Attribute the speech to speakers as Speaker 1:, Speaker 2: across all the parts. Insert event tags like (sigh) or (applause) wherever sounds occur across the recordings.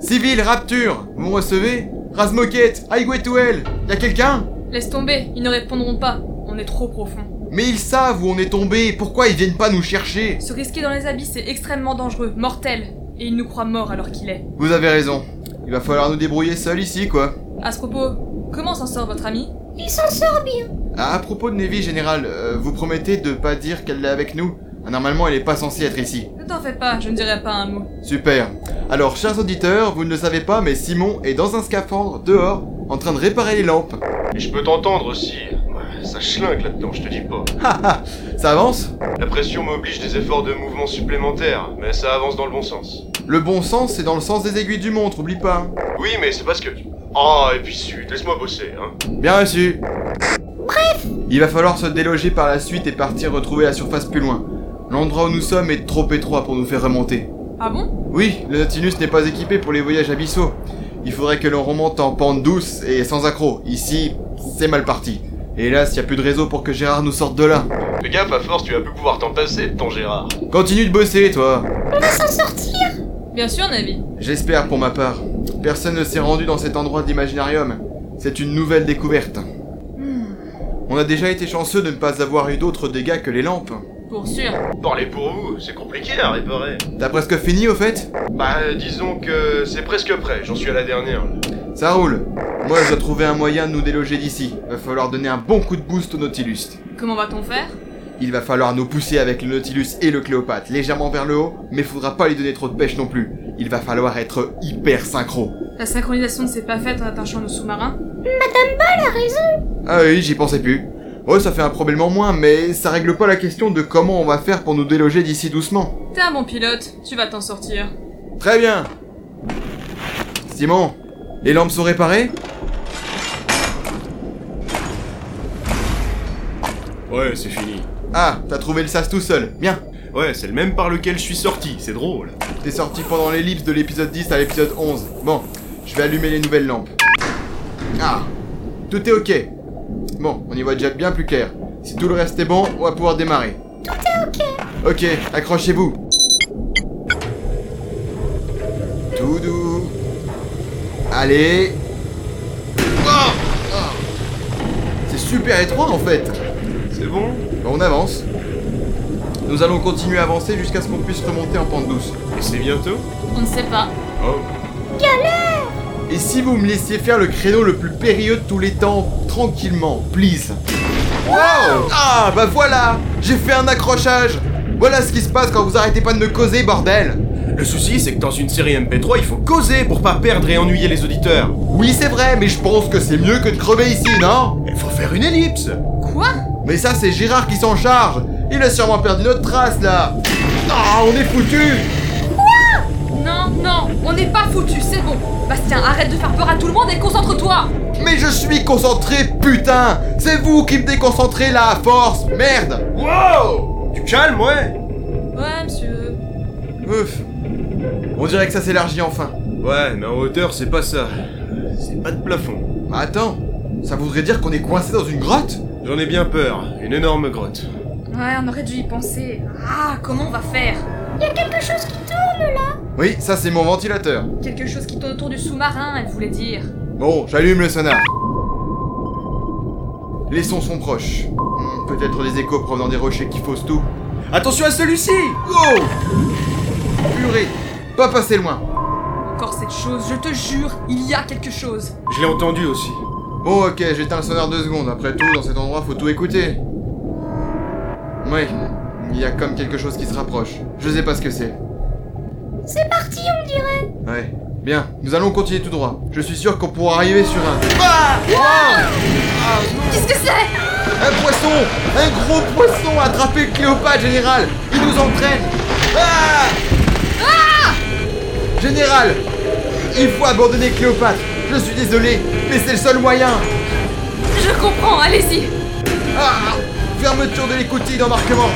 Speaker 1: Civil, Rapture, vous me recevez Razmoquette, Aiguetuel, y a quelqu'un
Speaker 2: Laisse tomber, ils ne répondront pas. On est trop profond.
Speaker 1: Mais ils savent où on est tombé, pourquoi ils viennent pas nous chercher
Speaker 2: Se risquer dans les abysses est extrêmement dangereux, mortel. Et ils nous croient morts alors qu'il est.
Speaker 1: Vous avez raison, il va falloir nous débrouiller seuls ici, quoi.
Speaker 2: À ce propos, comment s'en sort votre ami
Speaker 3: Il s'en sort bien.
Speaker 1: À, à propos de Nevi, Général, euh, vous promettez de pas dire qu'elle est avec nous Ah, Normalement, elle est pas censée être ici.
Speaker 2: Ne t'en fais pas, je ne dirai pas un mot.
Speaker 1: Super. Alors, chers auditeurs, vous ne le savez pas, mais Simon est dans un scaphandre, dehors, en train de réparer les lampes.
Speaker 4: Et je peux t'entendre aussi. Ouais, Ça chlingue là-dedans, je te dis pas.
Speaker 1: Ça avance
Speaker 4: La pression m'oblige des efforts de mouvement supplémentaires, mais ça avance dans le bon sens.
Speaker 1: Le bon sens, c'est dans le sens des aiguilles du montre, oublie pas. hein.
Speaker 4: Oui, mais c'est parce que... Ah, et puis sud, laisse-moi bosser, hein.
Speaker 1: Bien reçu. Bref Il va falloir se déloger par la suite et partir retrouver la surface plus loin. L'endroit où nous sommes est trop étroit pour nous faire remonter.
Speaker 2: Ah bon
Speaker 1: Oui, le Nautilus n'est pas équipé pour les voyages abyssaux. Il faudrait que l'on remonte en pente douce et sans accroc. Ici, c'est mal parti. Hélas, y a plus de réseau pour que Gérard nous sorte de là.
Speaker 4: Fais gaffe, à force, tu vas plus pouvoir t'en passer de ton Gérard.
Speaker 1: Continue de bosser, toi.
Speaker 3: On va s'en sortir.
Speaker 2: Bien sûr, Navi.
Speaker 1: J'espère pour ma part. Personne ne s'est rendu dans cet endroit d'imaginarium. C'est une nouvelle découverte. On a déjà été chanceux de ne pas avoir eu d'autres dégâts que les lampes.
Speaker 2: Pour sûr.
Speaker 4: Parlez pour vous, c'est compliqué à réparer.
Speaker 1: T'as presque fini au fait
Speaker 4: Bah, disons que c'est presque prêt, j'en suis à la dernière. là.
Speaker 1: Ça roule. Moi, je dois trouver un moyen de nous déloger d'ici. Va falloir donner un bon coup de boost au Nautilus.
Speaker 2: Comment va-t-on faire
Speaker 1: Il va falloir nous pousser avec le Nautilus et le Cléopâtre légèrement vers le haut, mais faudra pas lui donner trop de pêche non plus. Il va falloir être hyper synchro.
Speaker 2: La synchronisation ne s'est pas faite en attachant nos sous-marins
Speaker 3: T'as raison.
Speaker 1: Ah oui, j'y pensais plus. Oh, ça fait un problème en moins, mais ça règle pas la question de comment on va faire pour nous déloger d'ici doucement.
Speaker 2: T'es un bon pilote, tu vas t'en sortir.
Speaker 1: Très bien Simon, les lampes sont réparées
Speaker 5: Ouais, c'est fini.
Speaker 1: Ah, t'as trouvé le sas tout seul. Bien
Speaker 5: Ouais, c'est le même par lequel je suis sorti, c'est drôle.
Speaker 1: T'es sorti pendant l'ellipse de l'épisode 10 à l'épisode 11. Bon, je vais allumer les nouvelles lampes. Ah Tout est ok. Bon, on y voit déjà bien plus clair. Si tout le reste est bon, on va pouvoir démarrer. Tout est ok. Ok, accrochez-vous. Tout doux. Allez. Ah Ah C'est super étroit en fait.
Speaker 4: C'est bon
Speaker 1: Bon, on avance. Nous allons continuer à avancer jusqu'à ce qu'on puisse remonter en pente douce.
Speaker 5: Et c'est bientôt
Speaker 2: On ne sait pas.
Speaker 5: Oh,
Speaker 1: Et si vous me laissiez faire le créneau le plus périlleux de tous les temps, tranquillement, please. Wow Ah bah voilà J'ai fait un accrochage Voilà ce qui se passe quand vous arrêtez pas de me causer, bordel
Speaker 5: Le souci, c'est que dans une série MP3, il faut causer pour pas perdre et ennuyer les auditeurs.
Speaker 1: Oui c'est vrai, mais je pense que c'est mieux que de crever ici, non
Speaker 5: Il faut faire une ellipse.
Speaker 2: Quoi
Speaker 1: Mais ça c'est Gérard qui s'en charge Il a sûrement perdu notre trace là Ah on est foutu
Speaker 2: Non, non, on n'est pas foutu, c'est bon. Bastien, arrête de faire peur à tout le monde et concentre-toi
Speaker 1: Mais je suis concentré, putain C'est vous qui me déconcentrez là à force Merde
Speaker 5: Wow Tu calmes, ouais
Speaker 2: Ouais, monsieur.
Speaker 1: Ouf On dirait que ça s'élargit enfin.
Speaker 5: Ouais, mais en hauteur, c'est pas ça. C'est pas de plafond.
Speaker 1: Bah, attends, ça voudrait dire qu'on est coincé dans une grotte
Speaker 5: J'en ai bien peur, une énorme grotte.
Speaker 2: Ouais, on aurait dû y penser. Ah, comment on va faire
Speaker 3: Il y a quelque chose qui tourne là.
Speaker 1: Oui, ça c'est mon ventilateur.
Speaker 2: Quelque chose qui tourne autour du sous-marin, elle voulait dire.
Speaker 1: Bon, j'allume le sonar. Les sons sont proches. Hmm, Peut-être des échos provenant des rochers qui faussent tout.
Speaker 5: Attention à celui-ci
Speaker 1: Wow Oh! Purée Pas passé loin
Speaker 2: Encore cette chose, je te jure, il y a quelque chose.
Speaker 5: Je l'ai entendu aussi.
Speaker 1: Bon, ok, j'éteins le sonar deux secondes. Après tout, dans cet endroit, faut tout écouter. Oui, il y a comme quelque chose qui se rapproche. Je sais pas ce que c'est.
Speaker 3: C'est parti, on dirait.
Speaker 1: Ouais. Bien, nous allons continuer tout droit. Je suis sûr qu'on pourra arriver sur un. Ah!
Speaker 2: Qu'est-ce que c'est
Speaker 1: Un poisson Un gros poisson a attrapé le Cléopâtre, Général Il nous entraîne Ah Général Il faut abandonner Cléopâtre Je suis désolé, mais c'est le seul moyen
Speaker 2: Je comprends, allez-y
Speaker 1: Ah Fermeture de l'écoutille d'embarquement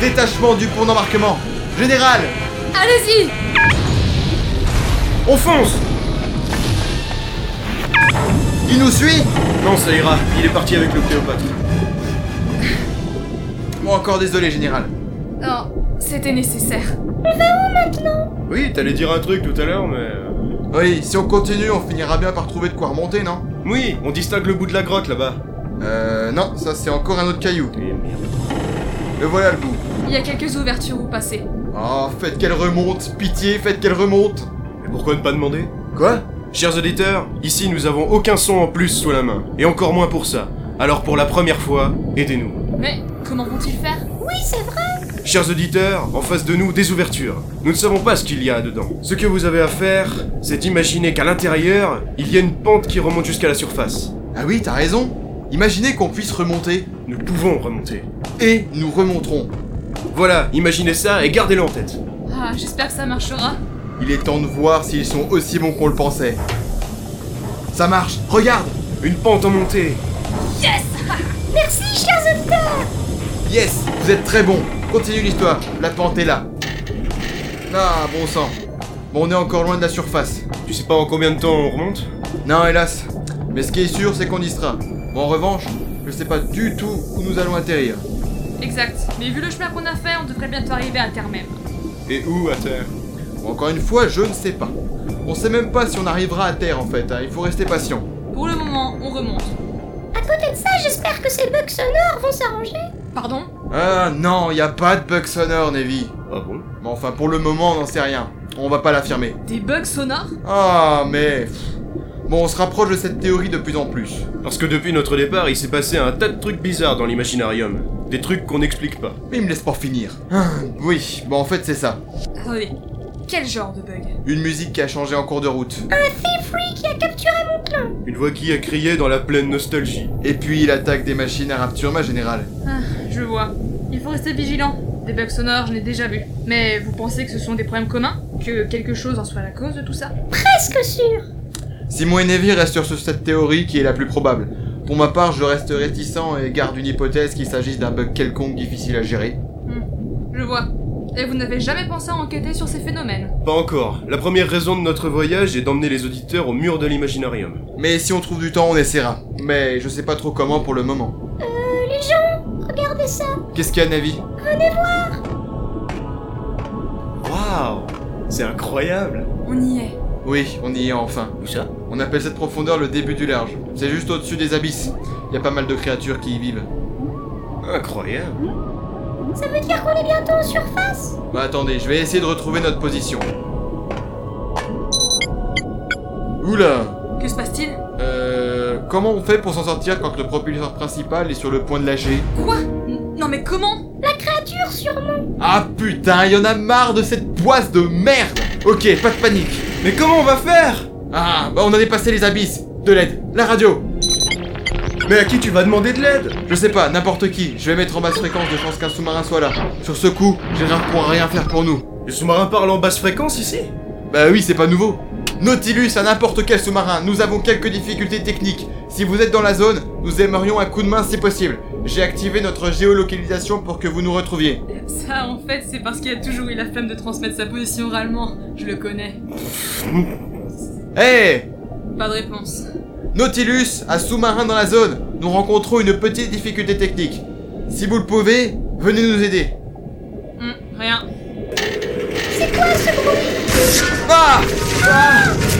Speaker 1: Détachement du pont d'embarquement Général
Speaker 2: Allez-y
Speaker 5: On fonce
Speaker 1: Il nous suit
Speaker 5: Non, ça ira. Il est parti avec le Cléopâtre.
Speaker 1: Bon, encore désolé, Général.
Speaker 2: Non, c'était nécessaire.
Speaker 5: Oui, t'allais dire un truc tout à l'heure, mais... euh,
Speaker 1: Oui, si on continue, on finira bien par trouver de quoi remonter, non
Speaker 5: Oui, on distingue le bout de la grotte là-bas.
Speaker 1: Euh, non, ça c'est encore un autre caillou.
Speaker 5: Eh merde.
Speaker 1: Le voilà le bout.
Speaker 2: Il y a quelques ouvertures où passer.
Speaker 1: Oh, faites qu'elle remonte, pitié, faites qu'elle remonte.
Speaker 5: Mais pourquoi ne pas demander
Speaker 1: Quoi
Speaker 5: Chers auditeurs, ici nous avons aucun son en plus sous la main, et encore moins pour ça. Alors pour la première fois, aidez-nous.
Speaker 2: Mais comment vont-ils faire
Speaker 3: Oui, c'est vrai.
Speaker 5: Chers auditeurs, en face de nous, des ouvertures. Nous ne savons pas ce qu'il y a dedans. Ce que vous avez à faire, c'est d'imaginer qu'à l'intérieur, il y a une pente qui remonte jusqu'à la surface.
Speaker 1: Ah oui, t'as raison. Imaginez qu'on puisse remonter.
Speaker 5: Nous pouvons remonter.
Speaker 1: Et nous remonterons.
Speaker 5: Voilà, imaginez ça et gardez-le en tête.
Speaker 2: Ah, j'espère que ça marchera.
Speaker 1: Il est temps de voir s'ils sont aussi bons qu'on le pensait. Ça marche, regarde
Speaker 5: Une pente en montée.
Speaker 2: Yes
Speaker 3: Merci, chers auditeurs.
Speaker 1: Yes, vous êtes très bons. Continue l'histoire, la pente est là. Ah, bon sang. Bon, on est encore loin de la surface.
Speaker 5: Tu sais pas en combien de temps on remonte
Speaker 1: Non, hélas. Mais ce qui est sûr, c'est qu'on y sera. Bon, en revanche, je sais pas du tout où nous allons atterrir.
Speaker 2: Exact. Mais vu le chemin qu'on a fait, on devrait bientôt arriver à terre même.
Speaker 5: Et où à terre
Speaker 1: Encore une fois, je ne sais pas. On sait même pas si on arrivera à terre en fait, hein. il faut rester patient.
Speaker 2: Pour le moment, on remonte.
Speaker 3: À côté de ça, j'espère que ces bugs sonores vont s'arranger.
Speaker 2: Pardon
Speaker 1: Ah non, y a pas de bug sonore, Nevi.
Speaker 5: Ah bon
Speaker 1: Mais enfin, pour le moment, on n'en sait rien. On va pas l'affirmer.
Speaker 2: Des bugs sonores
Speaker 1: Ah, mais. pff. Bon, on se rapproche de cette théorie de plus en plus.
Speaker 5: Parce que depuis notre départ, il s'est passé un tas de trucs bizarres dans l'imaginarium. Des trucs qu'on n'explique pas.
Speaker 1: Mais il me laisse pas finir. Ah, oui, bon, en fait, c'est ça.
Speaker 2: Attendez. Quel genre de bug
Speaker 1: Une musique qui a changé en cours de route.
Speaker 3: Free qui a capturé mon clan.
Speaker 5: Une voix qui a crié dans la pleine nostalgie.
Speaker 1: Et puis l'attaque des machines à Rapturma Général.
Speaker 2: Ah, je vois. Il faut rester vigilant. Des bugs sonores, je l'ai déjà vu. Mais vous pensez que ce sont des problèmes communs Que quelque chose en soit la cause de tout ça
Speaker 3: Presque sûr.
Speaker 1: Simon et Nevi restent sur cette théorie qui est la plus probable. Pour ma part, je reste réticent et garde une hypothèse qu'il s'agisse d'un bug quelconque difficile à gérer.
Speaker 2: Je vois. Et vous n'avez jamais pensé à enquêter sur ces phénomènes
Speaker 5: Pas encore. La première raison de notre voyage est d'emmener les auditeurs au mur de l'imaginarium.
Speaker 1: Mais si on trouve du temps, on essaiera. Mais je sais pas trop comment pour le moment.
Speaker 3: Euh, les gens, regardez ça.
Speaker 1: Qu'est-ce qu'il y a, Nevi
Speaker 5: Waouh C'est incroyable
Speaker 2: On y est.
Speaker 1: Oui, on y est enfin.
Speaker 5: Où ça
Speaker 1: On appelle cette profondeur le début du large. C'est juste au-dessus des abysses. Y a pas mal de créatures qui y vivent.
Speaker 5: Incroyable
Speaker 3: Ça veut dire qu'on est bientôt en surface.
Speaker 1: Bah attendez, je vais essayer de retrouver notre position. Oula
Speaker 2: Que se passe-t-il
Speaker 1: Euh... Comment on fait pour s'en sortir quand le propulseur principal est sur le point de lâcher
Speaker 2: Quoi N- Non mais comment
Speaker 3: La créature sûrement.
Speaker 1: Ah putain, y en a marre de cette poisse de merde Ok, pas de panique
Speaker 5: Mais comment on va faire
Speaker 1: Ah, bah on a dépassé les abysses De l'aide La radio
Speaker 5: Mais à qui tu vas demander de l'aide
Speaker 1: Je sais pas, n'importe qui, je vais mettre en basse fréquence de chance qu'un sous-marin soit là. Sur ce coup, Gérard pourra rien faire pour nous.
Speaker 5: Les sous-marins parlent en basse fréquence ici
Speaker 1: Bah oui, c'est pas nouveau. Nautilus à n'importe quel sous-marin, nous avons quelques difficultés techniques. Si vous êtes dans la zone, nous aimerions un coup de main si possible. J'ai activé notre géolocalisation pour que vous nous retrouviez.
Speaker 2: Ça en fait c'est parce qu'il a toujours eu la flemme de transmettre sa position oralement. Je le connais.
Speaker 1: Hé
Speaker 2: Pas de réponse.
Speaker 1: Nautilus à sous-marin dans la zone, nous rencontrons une petite difficulté technique. Si vous le pouvez, venez nous aider.
Speaker 2: Hum, rien.
Speaker 1: Ah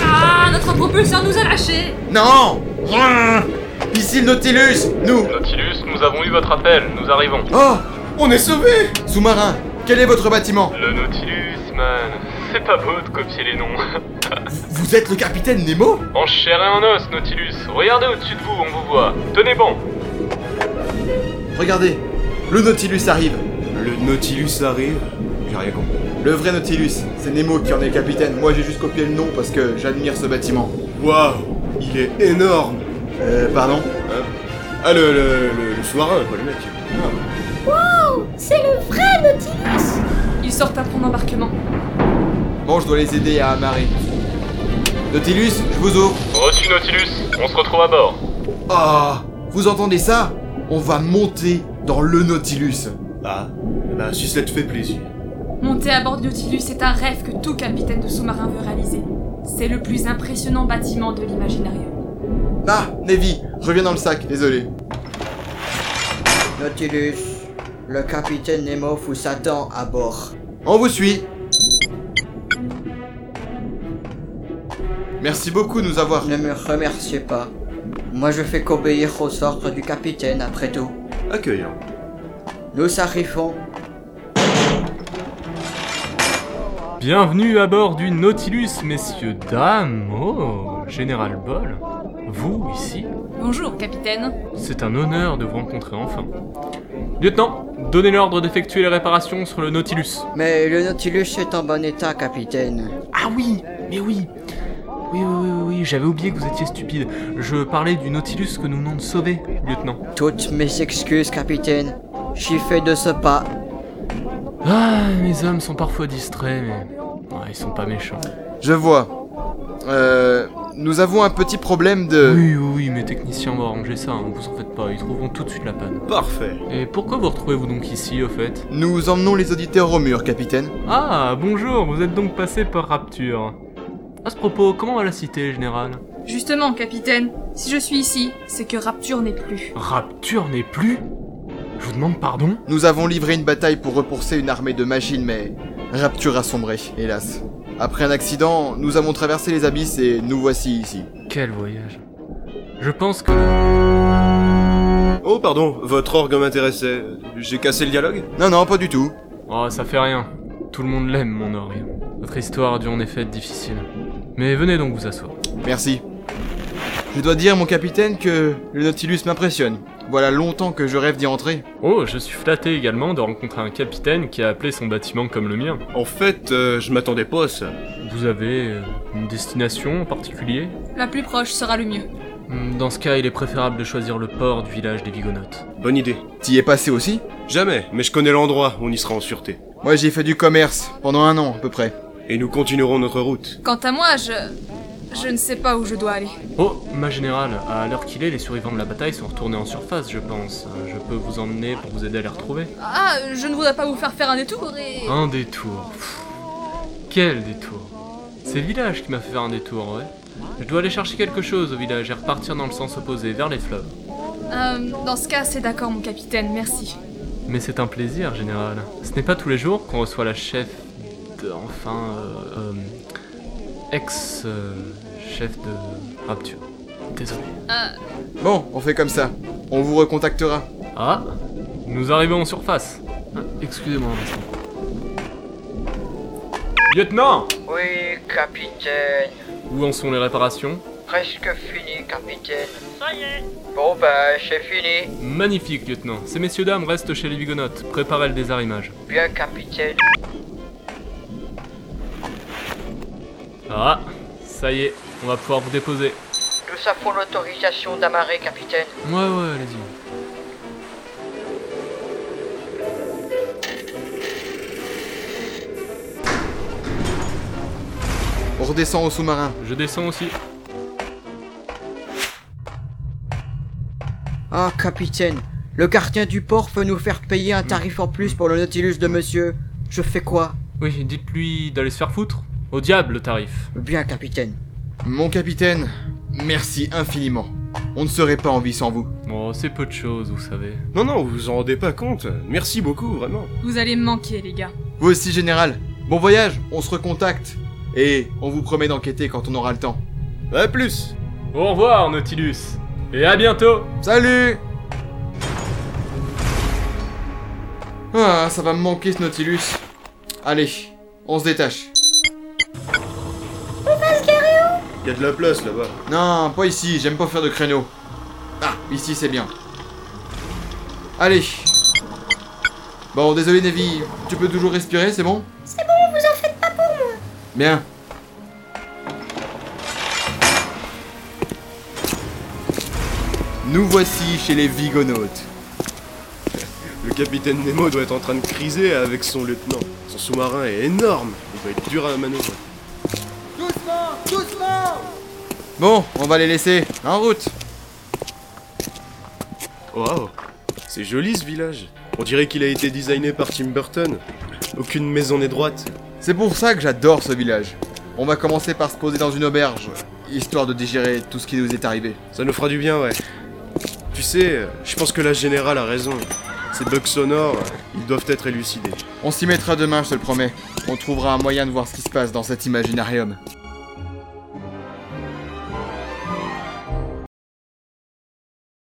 Speaker 2: Ah Notre propulseur nous a lâchés
Speaker 1: Non Rien Ici le Nautilus Nous
Speaker 6: Nautilus, nous avons eu votre appel, nous arrivons.
Speaker 1: Oh
Speaker 5: On est sauvés
Speaker 1: Sous-marin, quel est votre bâtiment
Speaker 6: Le Nautilus, man. C'est pas beau de copier les noms. (laughs)
Speaker 1: Vous êtes le capitaine Nemo
Speaker 6: En chair et en os, Nautilus. Regardez au-dessus de vous, on vous voit. Tenez bon.
Speaker 1: Regardez, le Nautilus arrive.
Speaker 5: Le Nautilus arrive. J'ai rien compris.
Speaker 1: Le vrai Nautilus, c'est Nemo qui en est le capitaine. Moi j'ai juste copié le nom parce que j'admire ce bâtiment.
Speaker 5: Waouh Il est énorme
Speaker 1: Euh, pardon
Speaker 5: Ah, le, le, le, le sous-marin, quoi, le mec. Ah.
Speaker 3: Wow, c'est le vrai Nautilus.
Speaker 2: Ils sortent après l'embarquement.
Speaker 1: Bon, je dois les aider à amarrer. Nautilus, je vous ouvre.
Speaker 6: Reçu Nautilus, on se retrouve à bord.
Speaker 1: Ah Vous entendez ça On va monter dans le Nautilus.
Speaker 5: Ah, bah si ça te fait plaisir.
Speaker 2: Monter à bord du Nautilus est un rêve que tout capitaine de sous-marin veut réaliser. C'est le plus impressionnant bâtiment de l'imaginarium.
Speaker 1: Ah, Navy, je reviens dans le sac, désolé.
Speaker 7: Nautilus, Le capitaine Nemo vous s'attend à bord.
Speaker 1: On vous suit. Merci beaucoup de nous avoir.
Speaker 7: Ne me remerciez pas. Moi je fais qu'obéir aux ordres du capitaine après tout.
Speaker 5: Accueillant.
Speaker 7: Nous arrivons.
Speaker 6: Bienvenue à bord du Nautilus, messieurs, dames. Oh, Général Ball. Vous, ici
Speaker 2: Bonjour, capitaine.
Speaker 6: C'est un honneur de vous rencontrer enfin. Lieutenant, donnez l'ordre d'effectuer les réparations sur le Nautilus.
Speaker 7: Mais le Nautilus est en bon état, capitaine.
Speaker 6: Ah oui, mais oui. Oui, oui, oui, oui, j'avais oublié que vous étiez stupide. Je parlais du Nautilus que nous venons de sauver, lieutenant.
Speaker 7: Toutes mes excuses, capitaine. J'y fais de ce pas.
Speaker 6: Ah, mes hommes sont parfois distraits, mais ah, ils sont pas méchants.
Speaker 1: Je vois. Euh, nous avons un petit problème de.
Speaker 6: Oui, oui, oui, mes techniciens vont arranger ça, hein, vous en faites pas, ils trouveront tout de suite la panne.
Speaker 5: Parfait.
Speaker 6: Et pourquoi vous retrouvez-vous donc ici, au fait
Speaker 1: Nous emmenons les auditeurs au mur, capitaine.
Speaker 6: Ah, bonjour, vous êtes donc passé par Rapture. À ce propos, comment va la cité, général
Speaker 2: Justement, capitaine, si je suis ici, c'est que Rapture n'est plus.
Speaker 6: Rapture n'est plus Je vous demande pardon
Speaker 1: Nous avons livré une bataille pour repousser une armée de machines, mais Rapture a sombré, hélas. Après un accident, nous avons traversé les abysses et nous voici ici.
Speaker 6: Quel voyage. Je pense que...
Speaker 5: Oh, pardon, votre orgue m'intéressait. J'ai cassé le dialogue
Speaker 1: Non, non, pas du tout.
Speaker 6: Oh, ça fait rien. Tout le monde l'aime, mon orgue. Votre histoire a dû en effet être difficile. Mais venez donc vous asseoir.
Speaker 1: Merci. Je dois dire, mon capitaine, que le Nautilus m'impressionne. Voilà longtemps que je rêve d'y entrer.
Speaker 6: Oh, je suis flatté également de rencontrer un capitaine qui a appelé son bâtiment comme le mien.
Speaker 5: En fait, euh, je m'attendais pas à ça.
Speaker 6: Vous avez euh, une destination en particulier
Speaker 2: La plus proche sera le mieux.
Speaker 6: Hmm, Dans ce cas, il est préférable de choisir le port du village des Vigonotes.
Speaker 5: Bonne idée.
Speaker 1: T'y es passé aussi
Speaker 5: Jamais, mais je connais l'endroit, on y sera en sûreté.
Speaker 1: Moi, j'ai fait du commerce pendant un an à peu près.
Speaker 5: Et nous continuerons notre route.
Speaker 2: Quant à moi, je. Je ne sais pas où je dois aller.
Speaker 6: Oh, ma générale, à l'heure qu'il est, les survivants de la bataille sont retournés en surface, je pense. Euh, Je peux vous emmener pour vous aider à les retrouver.
Speaker 2: Ah, je ne voudrais pas vous faire faire un détour et.
Speaker 6: Un détour. Pff, Quel détour C'est le village qui m'a fait faire un détour, ouais. Je dois aller chercher quelque chose au village et repartir dans le sens opposé, vers les fleuves.
Speaker 2: Euh, dans ce cas, c'est d'accord, mon capitaine, merci.
Speaker 6: Mais c'est un plaisir, général. Ce n'est pas tous les jours qu'on reçoit la chef de... Enfin... euh, euh, ex... euh, chef de... Rapture. Désolé.
Speaker 1: Bon, on fait comme ça. On vous recontactera.
Speaker 6: Ah Nous arrivons en surface. Ah, Excusez-moi un instant. Lieutenant
Speaker 8: Oui, capitaine.
Speaker 6: Où en sont les réparations
Speaker 8: Presque fini, capitaine. Ça y est. Bon, bah, c'est fini.
Speaker 6: Magnifique, lieutenant. Ces messieurs dames restent chez les Vigonotes. Préparez le désarrimage.
Speaker 8: Bien, capitaine.
Speaker 6: Ah Ça y est, on va pouvoir vous déposer.
Speaker 8: Nous avons l'autorisation d'amarrer, capitaine.
Speaker 6: Ouais, ouais, allez-y.
Speaker 1: On redescend au sous-marin.
Speaker 6: Je descends aussi.
Speaker 7: Ah, capitaine, le gardien du port veut nous faire payer un tarif en plus pour le Nautilus de monsieur. Je fais quoi
Speaker 6: Oui, dites-lui d'aller se faire foutre. Au diable, le tarif.
Speaker 7: Bien, capitaine.
Speaker 1: Mon capitaine, merci infiniment. On ne serait pas en vie sans vous.
Speaker 6: Oh, c'est peu de choses, vous savez.
Speaker 5: Non, non, vous vous en rendez pas compte. Merci beaucoup, vraiment.
Speaker 2: Vous allez me manquer, les gars.
Speaker 1: Vous aussi, général. Bon voyage, on se recontacte. Et on vous promet d'enquêter quand on aura le temps.
Speaker 5: À plus
Speaker 6: Au revoir, Nautilus. Et à bientôt
Speaker 1: Salut Ah, ça va me manquer ce Nautilus. Allez, on se détache.
Speaker 5: Y a de la place là-bas.
Speaker 1: Non, pas ici, j'aime pas faire de créneau. Ah, ici c'est bien. Allez. Bon, désolé Nevi, tu peux toujours respirer, c'est bon
Speaker 3: C'est bon, vous en faites pas pour moi.
Speaker 1: Bien. Nous voici chez les Vigonautes.
Speaker 5: Le capitaine Nemo doit être en train de criser avec son lieutenant. Son sous-marin est énorme. Il va être dur à manœuvrer.
Speaker 1: Bon, on va les laisser. En route.
Speaker 5: Waouh C'est joli ce village. On dirait qu'il a été designé par Tim Burton. Aucune maison n'est droite.
Speaker 1: C'est pour ça que j'adore ce village. On va commencer par se poser dans une auberge, histoire de digérer tout ce qui nous est arrivé.
Speaker 5: Ça nous fera du bien, ouais. Tu sais, je pense que la générale a raison. Ces bugs sonores, ils doivent être élucidés.
Speaker 1: On s'y mettra demain, je te le promets. On trouvera un moyen de voir ce qui se passe dans cet imaginarium.